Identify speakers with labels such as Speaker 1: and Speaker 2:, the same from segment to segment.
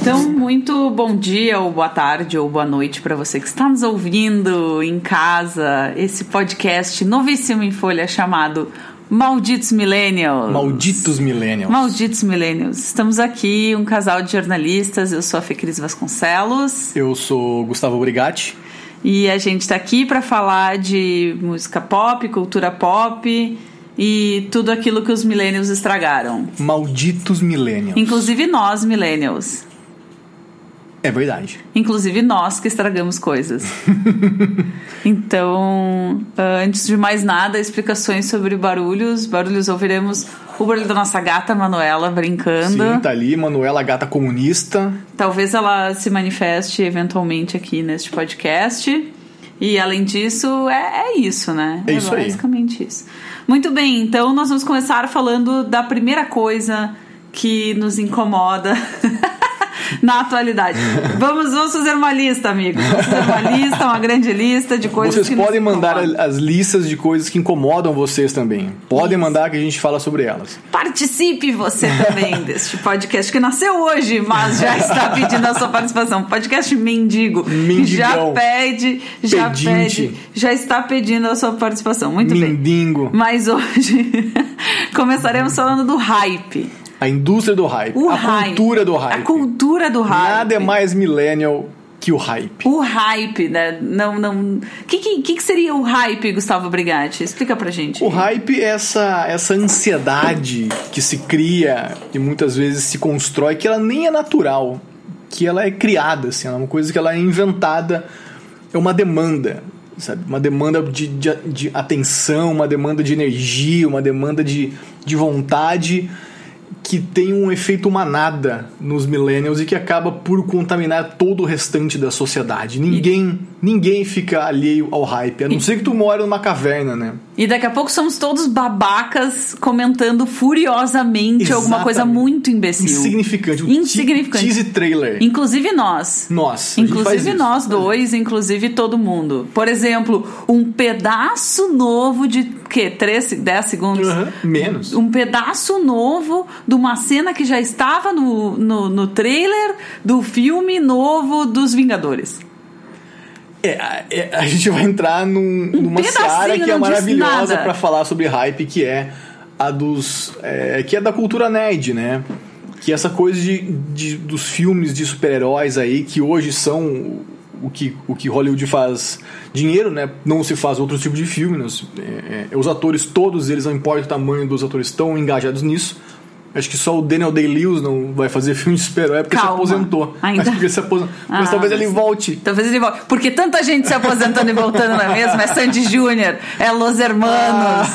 Speaker 1: Então, muito bom dia, ou boa tarde, ou boa noite para você que está nos ouvindo em casa. Esse podcast novíssimo em folha chamado Malditos Millennials.
Speaker 2: Malditos Millennials.
Speaker 1: Malditos Millennials. Estamos aqui, um casal de jornalistas. Eu sou a Fecris Vasconcelos.
Speaker 2: Eu sou Gustavo Brigatti.
Speaker 1: E a gente está aqui para falar de música pop, cultura pop e tudo aquilo que os millennials estragaram.
Speaker 2: Malditos Millennials.
Speaker 1: Inclusive nós, millennials.
Speaker 2: É verdade.
Speaker 1: Inclusive nós que estragamos coisas. então, antes de mais nada, explicações sobre barulhos. Barulhos ouviremos o barulho da nossa gata Manuela brincando.
Speaker 2: Sim, tá ali, Manuela, gata comunista.
Speaker 1: Talvez ela se manifeste eventualmente aqui neste podcast. E além disso, é, é isso, né?
Speaker 2: É isso aí.
Speaker 1: basicamente isso. Muito bem, então nós vamos começar falando da primeira coisa que nos incomoda. na atualidade. Vamos, vamos fazer uma lista, amigos. Vamos fazer uma lista, uma grande lista de coisas
Speaker 2: Vocês
Speaker 1: que
Speaker 2: podem
Speaker 1: nos
Speaker 2: mandar
Speaker 1: incomodam.
Speaker 2: as listas de coisas que incomodam vocês também. Podem mandar que a gente fala sobre elas.
Speaker 1: Participe você também deste podcast que nasceu hoje, mas já está pedindo a sua participação. Podcast mendigo.
Speaker 2: Mendigão.
Speaker 1: Já pede, já
Speaker 2: Pedinte.
Speaker 1: pede, já está pedindo a sua participação. Muito bem.
Speaker 2: Mindingo.
Speaker 1: Mas hoje começaremos falando do hype.
Speaker 2: A indústria do hype.
Speaker 1: O
Speaker 2: a
Speaker 1: hype.
Speaker 2: cultura do
Speaker 1: A
Speaker 2: hype.
Speaker 1: cultura do hype.
Speaker 2: Nada é mais millennial que o hype.
Speaker 1: O hype, né? Não, não. O que, que, que que seria o hype, Gustavo Brigatti? Explica pra gente.
Speaker 2: O hype é essa, essa ansiedade que se cria e muitas vezes se constrói, que ela nem é natural, que ela é criada, assim, ela é uma coisa que ela é inventada, é uma demanda, sabe? Uma demanda de, de, de atenção, uma demanda de energia, uma demanda de, de vontade que tem um efeito manada nos millennials e que acaba por contaminar todo o restante da sociedade. Ninguém, ninguém fica alheio ao hype, a não ser que tu mora numa caverna, né?
Speaker 1: E daqui a pouco somos todos babacas comentando furiosamente alguma
Speaker 2: Exatamente.
Speaker 1: coisa muito imbecil.
Speaker 2: Insignificante. Um
Speaker 1: Insignificante.
Speaker 2: te- Tease trailer.
Speaker 1: Inclusive nós.
Speaker 2: Nossa. a gente faz
Speaker 1: Inclusive
Speaker 2: isso.
Speaker 1: nós dois, inclusive todo mundo. Por exemplo, um pedaço novo de quê? 3, 10 segundos?
Speaker 2: Aham, Menos.
Speaker 1: um pedaço novo de uma cena que já estava no, no, no trailer do filme novo dos Vingadores.
Speaker 2: É, a- é, a gente vai entrar num- numa
Speaker 1: Um pedacinho
Speaker 2: seara que é
Speaker 1: não diz
Speaker 2: maravilhosa
Speaker 1: nada.
Speaker 2: pra falar sobre hype, que é a dos. é, que é da cultura nerd, né? Que é essa coisa de, de- dos filmes de super-heróis aí, que hoje são o que, o que Hollywood faz dinheiro, né? Não se faz outro tipo de filme. né? Os- é, é, os atores, todos eles, não importa o tamanho dos atores, estão engajados nisso. Acho que só o Daniel Day-Lewis não vai fazer filme de super-herói porque
Speaker 1: Calma.
Speaker 2: se aposentou.
Speaker 1: Ainda.
Speaker 2: Mas, porque se aposentou. mas
Speaker 1: Ah,
Speaker 2: talvez
Speaker 1: mas-
Speaker 2: ele volte.
Speaker 1: Talvez ele volte. Porque tanta gente se aposentando e voltando, não é mesmo? É Sandy Júnior, é Los Hermanos,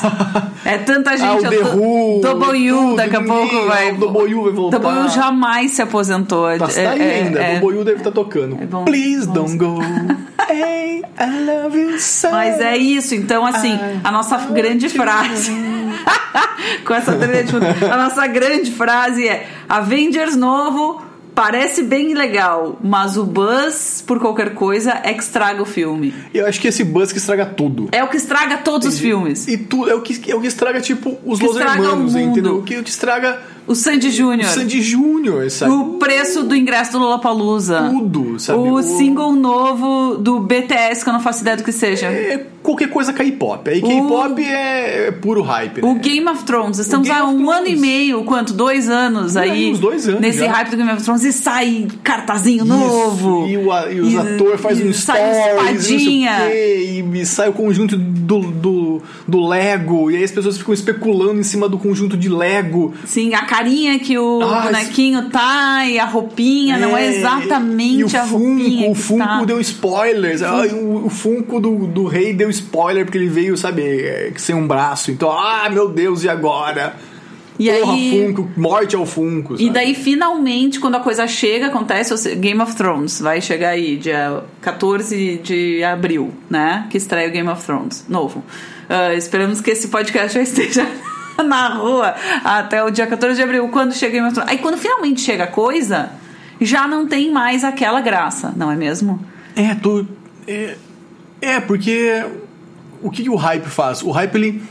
Speaker 1: é tanta
Speaker 2: Ah,
Speaker 1: gente.
Speaker 2: o The Who,
Speaker 1: Boyu,
Speaker 2: tudo,
Speaker 1: daqui a pouco
Speaker 2: ninguém,
Speaker 1: vai. Tá
Speaker 2: o Do Boyu vai voltar.
Speaker 1: Do Boyu jamais se aposentou.
Speaker 2: Tá, tá aí ainda. o Boyu deve estar tocando.
Speaker 1: é bom.
Speaker 2: Please
Speaker 1: Bom.
Speaker 2: don't go. hey, I love you so.
Speaker 1: Mas é isso, então assim, a nossa grande frase. com essa trilha de fundo, A nossa grande frase é: Avengers novo parece bem legal, mas o buzz por qualquer coisa é que estraga o filme.
Speaker 2: Eu acho que esse buzz que estraga tudo.
Speaker 1: É o que estraga todos os filmes.
Speaker 2: E tu, é, o que, é o que estraga, tipo, os
Speaker 1: Que
Speaker 2: Los
Speaker 1: estraga o
Speaker 2: Hermanos,
Speaker 1: mundo.
Speaker 2: entendeu? O que, o que estraga
Speaker 1: O Sandy
Speaker 2: o
Speaker 1: Júnior.
Speaker 2: Sandy Júnior, sabe?
Speaker 1: O preço do ingresso do Lollapalooza.
Speaker 2: Tudo, sabe?
Speaker 1: O
Speaker 2: O-
Speaker 1: single novo do BTS, que eu não faço ideia do que seja.
Speaker 2: É qualquer coisa K-pop. Aí K-pop é, é puro hype.
Speaker 1: O
Speaker 2: né?
Speaker 1: Game of Thrones. Estamos
Speaker 2: Game
Speaker 1: há
Speaker 2: of
Speaker 1: um
Speaker 2: Thrones.
Speaker 1: ano e meio, quanto? Dois anos
Speaker 2: aí,
Speaker 1: aí.
Speaker 2: uns dois anos
Speaker 1: Nesse
Speaker 2: já.
Speaker 1: hype do Game of Thrones e sai cartazinho
Speaker 2: Isso,
Speaker 1: novo.
Speaker 2: E, o, a- e os
Speaker 1: E-
Speaker 2: atores fazem
Speaker 1: e
Speaker 2: um
Speaker 1: sai
Speaker 2: stories, e,
Speaker 1: espadinha.
Speaker 2: não sei o quê, e, e sai o conjunto do, do, do Lego, e aí as pessoas ficam especulando em cima do conjunto de Lego.
Speaker 1: Sim, a carinha que o
Speaker 2: Ah,
Speaker 1: bonequinho tá e a roupinha não é
Speaker 2: e o
Speaker 1: exatamente a
Speaker 2: Funko,
Speaker 1: roupinha.
Speaker 2: O
Speaker 1: que
Speaker 2: Funko
Speaker 1: tá.
Speaker 2: deu spoilers. Ah, o, o Funko do, do rei deu spoiler porque ele veio, sabe, é, sem um braço. Então, ah, meu Deus, e agora?
Speaker 1: E
Speaker 2: Porra,
Speaker 1: aí-
Speaker 2: Funko, morte ao Funko.
Speaker 1: E
Speaker 2: sabe?
Speaker 1: daí, finalmente, quando a coisa chega, acontece ou seja, Game of Thrones. Vai chegar aí, dia 14 de abril, né? Que estreia o Game of Thrones, novo. Ah, esperamos que esse podcast já esteja na rua até o dia 14 de abril, quando chega Game of Thrones. Aí, quando finalmente chega a coisa, já não tem mais aquela graça, não é mesmo?
Speaker 2: É, tu. É, é, porque o que, que o hype faz? O hype ele,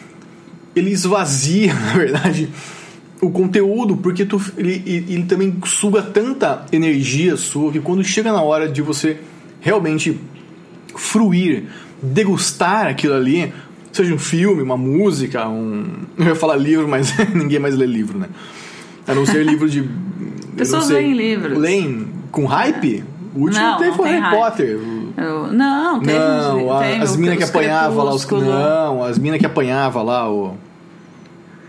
Speaker 2: ele esvazia, na verdade, o conteúdo, porque tu, ele, ele ele também suga tanta energia sua que quando chega na hora de você realmente fruir, degustar aquilo ali, seja um filme, uma música, um. Eu ia falar livro, mas ninguém mais lê livro, né? A não ser livro de. eu não
Speaker 1: Pessoas
Speaker 2: sei,
Speaker 1: leem livros.
Speaker 2: Leem com hype? O último
Speaker 1: Não,
Speaker 2: teve
Speaker 1: não
Speaker 2: foi
Speaker 1: tem
Speaker 2: Harry
Speaker 1: hype.
Speaker 2: Potter.
Speaker 1: Eu- não, tem,
Speaker 2: Não, a-
Speaker 1: tem
Speaker 2: as
Speaker 1: o-
Speaker 2: minas que
Speaker 1: os
Speaker 2: apanhava lá os.
Speaker 1: Crepúsculo.
Speaker 2: Não, as minas que apanhava lá o.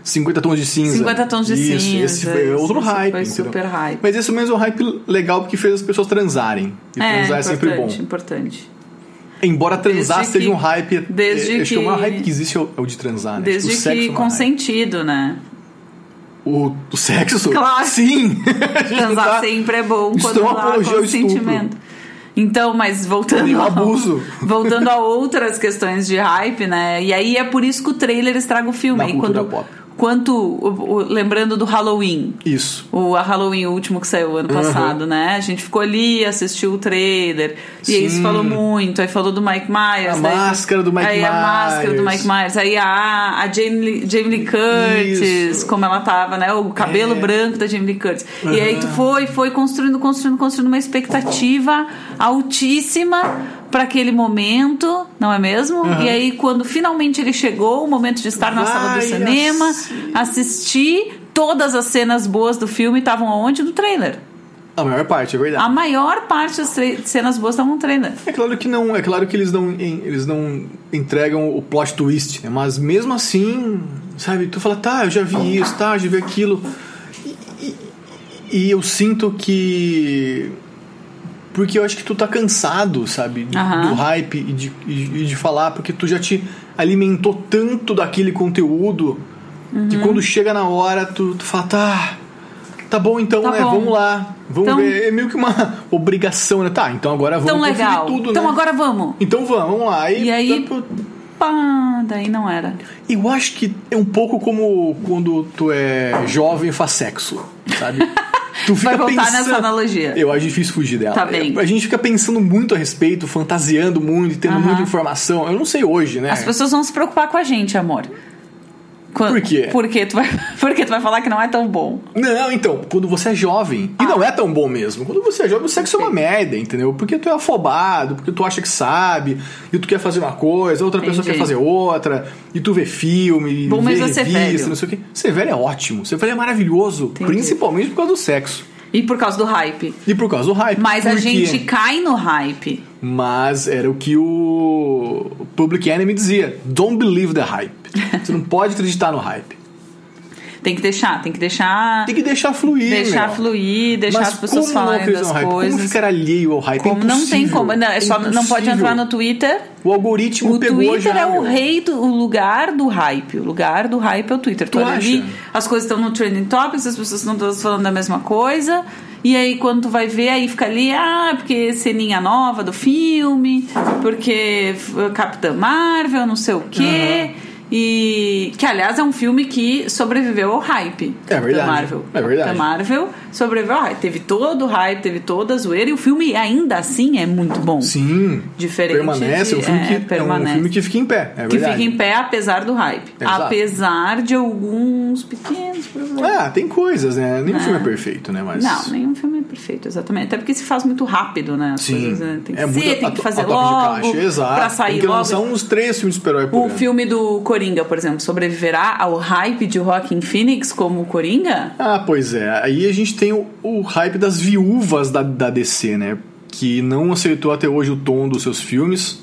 Speaker 2: 50 tons de cinza.
Speaker 1: 50 tons de
Speaker 2: Isso,
Speaker 1: cinza.
Speaker 2: Esse foi outro
Speaker 1: Esse
Speaker 2: hype.
Speaker 1: Foi
Speaker 2: entendeu?
Speaker 1: super hype.
Speaker 2: Mas esse mesmo é um hype legal porque fez as pessoas transarem. E transar é sempre bom.
Speaker 1: importante, importante.
Speaker 2: Embora transar
Speaker 1: Desde
Speaker 2: seja
Speaker 1: que-
Speaker 2: um hype.
Speaker 1: desde
Speaker 2: é, acho que, o maior
Speaker 1: que-
Speaker 2: hype que existe é o, é o de transar, né?
Speaker 1: Desde
Speaker 2: Acho o sexo é
Speaker 1: que
Speaker 2: um
Speaker 1: com
Speaker 2: hype.
Speaker 1: sentido, né?
Speaker 2: O, o sexo?
Speaker 1: Claro.
Speaker 2: Sim!
Speaker 1: Transar sempre é bom
Speaker 2: tá Isso
Speaker 1: quando
Speaker 2: é uma
Speaker 1: há
Speaker 2: apologia ao
Speaker 1: consentimento. Então, mas voltando
Speaker 2: E o
Speaker 1: ao-
Speaker 2: abuso.
Speaker 1: voltando a outras questões de hype, né? E aí é por isso que o trailer estraga o filme.
Speaker 2: Na
Speaker 1: E
Speaker 2: cultura
Speaker 1: quando,
Speaker 2: pop.
Speaker 1: Quanto, o- o- lembrando do Halloween,
Speaker 2: Isso.
Speaker 1: O a Halloween, o último que saiu ano passado, né? A gente ficou ali, assistiu o trailer. E aí
Speaker 2: Sim.
Speaker 1: isso falou muito. Aí falou do Mike Myers.
Speaker 2: A
Speaker 1: daí-
Speaker 2: máscara do Mike
Speaker 1: aí a
Speaker 2: Myers.
Speaker 1: máscara do Mike Myers. Aí a, a Jamie, Lee- Jamie Lee Curtis,
Speaker 2: Isso.
Speaker 1: como ela tava, né? O cabelo
Speaker 2: É.
Speaker 1: branco da Jamie Lee Curtis. E
Speaker 2: Aham.
Speaker 1: aí tu foi, foi construindo, construindo, construindo uma expectativa altíssima pra aquele momento, não é mesmo? E aí quando finalmente ele chegou, o momento de estar na sala do
Speaker 2: Vai
Speaker 1: cinema,
Speaker 2: assistir.
Speaker 1: assistir todas as cenas boas do filme estavam aonde? No trailer.
Speaker 2: A maior parte, é verdade.
Speaker 1: A maior parte das tre- cenas boas estavam no trailer.
Speaker 2: É claro que não, é claro que eles não, em- eles não entregam o plot twist, né? Mas mesmo assim, sabe, tu fala, tá, eu já vi isso, tá, eu já vi aquilo. E, e- e eu sinto que. Porque eu acho que tu tá cansado, sabe, de-
Speaker 1: Aham.
Speaker 2: do hype e de, e- e de falar, porque tu já te alimentou tanto daquele conteúdo que
Speaker 1: Uhum.
Speaker 2: quando chega na hora tu, tu fala, tá. Tá bom então,
Speaker 1: Tá
Speaker 2: né?
Speaker 1: bom.
Speaker 2: Vamos lá. Vamos
Speaker 1: Então-
Speaker 2: ver. É meio que uma obrigação, né? Tá, então agora
Speaker 1: Tão
Speaker 2: Vamos conferir
Speaker 1: legal.
Speaker 2: tudo,
Speaker 1: então
Speaker 2: né?
Speaker 1: agora vamos.
Speaker 2: Então vamos, vamos lá.
Speaker 1: E aí-
Speaker 2: tipo,
Speaker 1: Pá, daí não era.
Speaker 2: eu acho que é um pouco como quando tu é jovem e faz sexo, sabe? Tu
Speaker 1: Vai voltar nessa analogia.
Speaker 2: Eu acho difícil fugir dela.
Speaker 1: Tá bem.
Speaker 2: É, A gente fica pensando muito a respeito, fantasiando muito, e tendo
Speaker 1: Aham.
Speaker 2: muita informação. Eu não sei hoje, né?
Speaker 1: As pessoas vão se preocupar com a gente, amor. Quando-
Speaker 2: Por quê?
Speaker 1: Porque tu, vai, porque tu vai falar que não é tão bom.
Speaker 2: Não, então, quando você é jovem, e
Speaker 1: Ah.
Speaker 2: não é tão bom mesmo, quando você é jovem, o sexo é uma merda, entendeu? Porque tu é afobado, porque tu acha que sabe, e tu quer fazer uma coisa, outra pessoa
Speaker 1: Entendi.
Speaker 2: quer fazer outra, e tu vê filme,
Speaker 1: Bom
Speaker 2: vê
Speaker 1: mesmo é ser
Speaker 2: revista,
Speaker 1: velho.
Speaker 2: não sei o quê. Ser velho é ótimo, ser velho é maravilhoso, principalmente por causa do sexo.
Speaker 1: E por causa do hype.
Speaker 2: E por causa do hype.
Speaker 1: Mas a
Speaker 2: Por quê?
Speaker 1: gente cai no hype.
Speaker 2: Mas era o que o Public Enemy dizia, don't believe the hype. Você não pode acreditar no hype.
Speaker 1: Tem que deixar, tem que deixar.
Speaker 2: Tem que deixar fluir,
Speaker 1: deixar
Speaker 2: meu.
Speaker 1: fluir, deixar
Speaker 2: Mas
Speaker 1: as pessoas
Speaker 2: como não
Speaker 1: falarem
Speaker 2: acreditar
Speaker 1: das
Speaker 2: no hype?
Speaker 1: coisas.
Speaker 2: Como ficar alheio ao hype? É
Speaker 1: Como não tem
Speaker 2: impossível.
Speaker 1: como. Não, é só, não pode
Speaker 2: impossível.
Speaker 1: entrar no Twitter.
Speaker 2: O algoritmo
Speaker 1: O
Speaker 2: pegou
Speaker 1: Twitter
Speaker 2: já,
Speaker 1: é o
Speaker 2: meu.
Speaker 1: rei do o lugar do hype. O lugar do hype é o Twitter. Tu
Speaker 2: Tu
Speaker 1: olha ali,
Speaker 2: acha?
Speaker 1: as coisas estão no trending topics, as pessoas estão todas falando da mesma coisa. E aí, quando tu vai ver, aí fica ali, ah, porque ceninha nova do filme, porque f- Capitã Marvel, não sei o quê.
Speaker 2: Uhum.
Speaker 1: E que, aliás, é um filme que sobreviveu ao hype. Capitã
Speaker 2: verdade.
Speaker 1: Marvel.
Speaker 2: É verdade.
Speaker 1: Capitã Marvel sobreviveu ao hype. Teve todo o hype, teve toda a zoeira. E o filme, ainda assim, é muito bom.
Speaker 2: Sim.
Speaker 1: Diferente
Speaker 2: Permanece, é um
Speaker 1: de-
Speaker 2: filme,
Speaker 1: é,
Speaker 2: que, É um
Speaker 1: permanece.
Speaker 2: filme que fica em pé, é
Speaker 1: Que
Speaker 2: verdade.
Speaker 1: fica em pé apesar do hype.
Speaker 2: Exato.
Speaker 1: Apesar de alguns pequenos problemas.
Speaker 2: Ah, tem coisas, né? Nenhum filme é perfeito, né? Mas...
Speaker 1: Ah. Não, nenhum filme é perfeito, exatamente. Até porque se faz muito rápido, né? As
Speaker 2: Sim.
Speaker 1: coisas, né? Tem que
Speaker 2: é
Speaker 1: ser,
Speaker 2: muito a-
Speaker 1: tem que
Speaker 2: a-
Speaker 1: fazer
Speaker 2: a toque de
Speaker 1: logo.
Speaker 2: caixa. Exato.
Speaker 1: Pra sair
Speaker 2: tem que
Speaker 1: logo.
Speaker 2: lançar um né? uns três filmes de super-herói por
Speaker 1: O
Speaker 2: ano.
Speaker 1: filme do Coringa, por exemplo, sobreviverá ao hype de Rockin' Phoenix como Coringa?
Speaker 2: Ah, pois é. Aí a gente tem o, o hype das viúvas da, da DC, né? Que não acertou até hoje o tom dos seus filmes.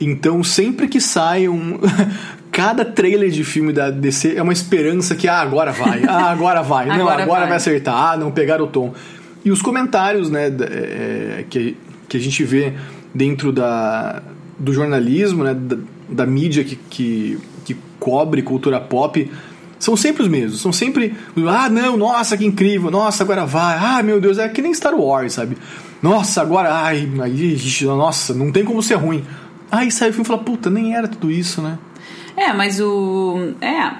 Speaker 2: Então, sempre que sai um. Cada trailer de filme da DC é uma esperança que, ah, agora vai, ah, agora vai, não,
Speaker 1: Agora
Speaker 2: agora,
Speaker 1: vai.
Speaker 2: vai. acertar, ah, não pegaram o tom. E os comentários, né, da- é, que, que a gente vê dentro da, do jornalismo, né, da, da mídia que, que, que cobre cultura pop, são sempre os mesmos, são sempre, ah, não, nossa, que incrível, nossa, agora vai, ah, meu Deus, é que nem Star Wars, sabe? Nossa, agora, ai, ai, ixi, nossa, não tem como ser ruim. Aí sai o filme e fala, puta, nem era tudo isso, né?
Speaker 1: É, mas É, o. É.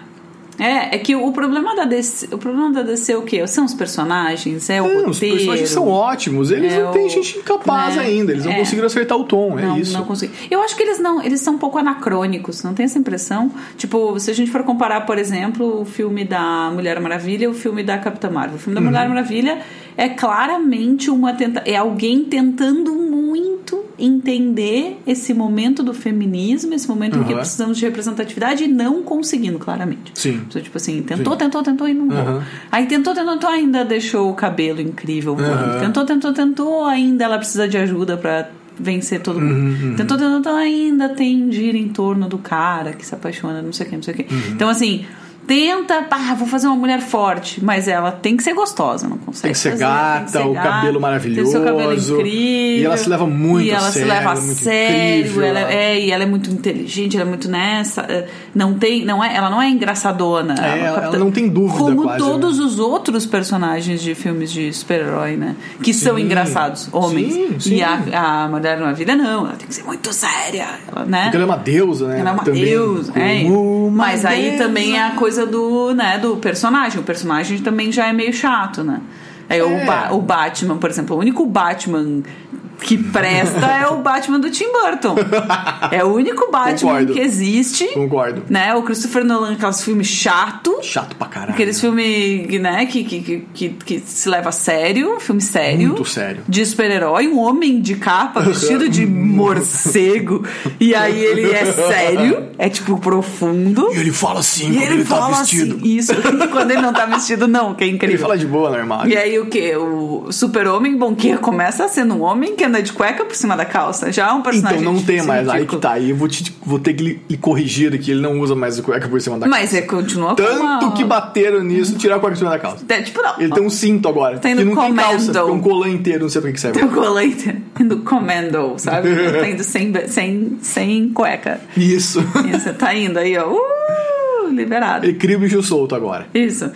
Speaker 1: É, é que o problema da DC, o problema da DC é o quê? São os personagens, é o
Speaker 2: É,
Speaker 1: roteiro.
Speaker 2: os personagens são ótimos, eles
Speaker 1: É
Speaker 2: não têm
Speaker 1: o-
Speaker 2: gente incapaz
Speaker 1: né?
Speaker 2: ainda, eles não
Speaker 1: É.
Speaker 2: conseguiram acertar o tom,
Speaker 1: não,
Speaker 2: é isso.
Speaker 1: não consegui. Eu acho que eles não, eles são um pouco anacrônicos, não tem essa impressão? Tipo, se a gente for comparar, por exemplo, o filme da Mulher Maravilha e o filme da Capitã Marvel. O filme da
Speaker 2: Uhum.
Speaker 1: Mulher Maravilha é claramente uma tenta é alguém tentando muito entender esse momento do feminismo, esse momento em que
Speaker 2: Uhum.
Speaker 1: precisamos de representatividade e não conseguindo claramente.
Speaker 2: Sim.
Speaker 1: Então, tipo assim, tentou, tentou, tentou e não rolou. Aí tentou, tentou, tentou, ainda deixou o cabelo incrível voando.
Speaker 2: Aham.
Speaker 1: Tentou, tentou, tentou, ainda ela precisa de ajuda pra vencer todo mundo.
Speaker 2: Uhum,
Speaker 1: Tentou, tentou, tentou, ainda tem gira em torno do cara que se apaixona, não sei o que, não sei o que.
Speaker 2: Uhum.
Speaker 1: Então, assim, tenta, pá, vou fazer uma mulher forte, mas ela tem que ser gostosa, não consegue.
Speaker 2: Tem que ser
Speaker 1: fazer,
Speaker 2: gata,
Speaker 1: tem que ser
Speaker 2: o
Speaker 1: gata,
Speaker 2: cabelo
Speaker 1: Tem o seu cabelo
Speaker 2: maravilhoso.
Speaker 1: incrível.
Speaker 2: E ela se leva muito
Speaker 1: E
Speaker 2: a
Speaker 1: ela se
Speaker 2: sério, é
Speaker 1: leva a
Speaker 2: muito
Speaker 1: sério,
Speaker 2: incrível.
Speaker 1: ela é é, e ela é muito inteligente, ela é muito nessa. é, Não tem, não é, ela não é engraçadona.
Speaker 2: É,
Speaker 1: é uma
Speaker 2: ela-
Speaker 1: capitã-
Speaker 2: ela não tem dúvida
Speaker 1: Como
Speaker 2: quase, né?
Speaker 1: todos os outros personagens de filmes de super-herói, né? Que são
Speaker 2: Sim.
Speaker 1: engraçados, homens.
Speaker 2: Sim, sim.
Speaker 1: E a, a Mulher Maravilha não, ela tem que ser muito séria, ela, né?
Speaker 2: Porque ela é uma deusa, né?
Speaker 1: Ela é uma
Speaker 2: Também,
Speaker 1: deusa, é.
Speaker 2: como uma
Speaker 1: Mas aí
Speaker 2: deusa.
Speaker 1: também é a coisa do, né, do personagem. O personagem também já é meio chato, né? É, O,
Speaker 2: É.
Speaker 1: Ba- o Batman, por exemplo, o único Batman que presta é o Batman do Tim Burton. É o único Batman
Speaker 2: Concordo.
Speaker 1: que existe,
Speaker 2: Concordo.
Speaker 1: né? O Christopher Nolan, aqueles filmes chato,
Speaker 2: Chato pra caralho.
Speaker 1: aqueles filmes, né, que, que, que, que, que se leva a sério, filme sério.
Speaker 2: Muito sério.
Speaker 1: De super-herói, um homem de capa vestido de morcego. E aí ele é sério, é tipo profundo.
Speaker 2: E ele fala assim,
Speaker 1: E
Speaker 2: quando
Speaker 1: ele,
Speaker 2: ele, tá
Speaker 1: fala
Speaker 2: vestido.
Speaker 1: assim, isso, quando ele não tá vestido, não, que é
Speaker 2: Ele
Speaker 1: incrível.
Speaker 2: fala de boa, normal.
Speaker 1: E é aí o que? O super-homem, bom, que começa sendo um homem que anda de cueca por cima da calça. Já é um personagem.
Speaker 2: Então não tem
Speaker 1: difícil, tipo,
Speaker 2: mais, aí que
Speaker 1: ridículo.
Speaker 2: tá. Aí eu vou, te, vou ter que lhe, lhe corrigir que ele não usa mais o cueca por cima da calça.
Speaker 1: Mas ele continua com uma-
Speaker 2: tipo, Tanto que bateram nisso, tirar a cueca por cima da calça.
Speaker 1: É, tipo, não.
Speaker 2: Ele tem um cinto agora.
Speaker 1: Tem
Speaker 2: que
Speaker 1: no um-
Speaker 2: não tem calça,
Speaker 1: Commando.
Speaker 2: tem um colã inteiro, não sei pra que, que serve.
Speaker 1: Eu colei do commando, sabe? Tá indo sem, sem, sem cueca.
Speaker 2: Isso.
Speaker 1: E você tá indo aí, ó. Uh, liberado.
Speaker 2: ele cria o bicho solto agora.
Speaker 1: Isso.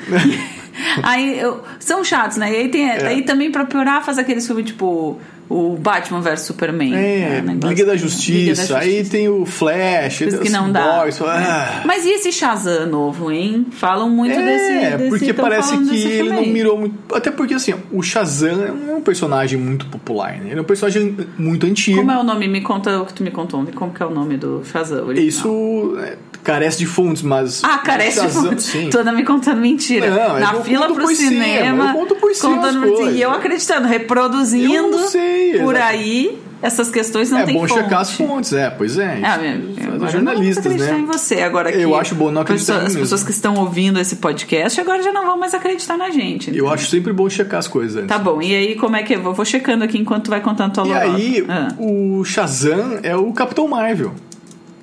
Speaker 1: aí eu- são chatos, né? E aí, tem,
Speaker 2: É.
Speaker 1: aí também pra piorar faz aqueles filmes tipo o Batman vs Superman.
Speaker 2: É,
Speaker 1: né? Negócio-
Speaker 2: Liga da Justiça, aí tem o Flash,
Speaker 1: Por isso
Speaker 2: tem
Speaker 1: que
Speaker 2: os
Speaker 1: não dá.
Speaker 2: boys, fala,
Speaker 1: né?
Speaker 2: ah.
Speaker 1: Mas e esse Shazam novo, hein? Falam muito desse,
Speaker 2: É,
Speaker 1: desse.
Speaker 2: porque
Speaker 1: tão
Speaker 2: parece
Speaker 1: falando
Speaker 2: que
Speaker 1: desse
Speaker 2: ele
Speaker 1: filme
Speaker 2: não
Speaker 1: aí.
Speaker 2: mirou muito. Até porque, assim, ó, o Shazam não é um personagem muito popular, né? Ele é um personagem muito antigo.
Speaker 1: Como é o nome? Me conta o que tu me contou ontem. Como que é o nome do Shazam? original?
Speaker 2: Isso é, carece de fontes, mas.
Speaker 1: Ah, carece
Speaker 2: o
Speaker 1: de
Speaker 2: Shazam,
Speaker 1: fonte.
Speaker 2: Tipo, Sim.
Speaker 1: Toda me contando mentira.
Speaker 2: Não,
Speaker 1: Na
Speaker 2: eu
Speaker 1: fila
Speaker 2: conto
Speaker 1: pro
Speaker 2: por cima,
Speaker 1: cinema.
Speaker 2: eu conto por cima as
Speaker 1: contando-
Speaker 2: coisas.
Speaker 1: E eu acreditando, reproduzindo
Speaker 2: Eu não sei,
Speaker 1: por
Speaker 2: exatamente.
Speaker 1: aí essas questões não
Speaker 2: É
Speaker 1: tem
Speaker 2: bom
Speaker 1: fonte.
Speaker 2: checar as fontes, é, pois é.
Speaker 1: Ah, meu,
Speaker 2: isso faz
Speaker 1: agora
Speaker 2: os
Speaker 1: eu não vou
Speaker 2: jornalistas,
Speaker 1: acreditar
Speaker 2: né?
Speaker 1: em você agora que
Speaker 2: Eu acho bom não acreditar
Speaker 1: pessoa-
Speaker 2: em mim
Speaker 1: As
Speaker 2: mesmo.
Speaker 1: pessoas que estão ouvindo esse podcast agora já não vão mais acreditar na gente.
Speaker 2: Eu acho sempre bom checar as coisas antes.
Speaker 1: Tá bom, e aí como é que é? Eu vou checando aqui enquanto tu vai contando tua
Speaker 2: E
Speaker 1: lorota.
Speaker 2: aí,
Speaker 1: Ah,
Speaker 2: o Shazam é o Capitão Marvel,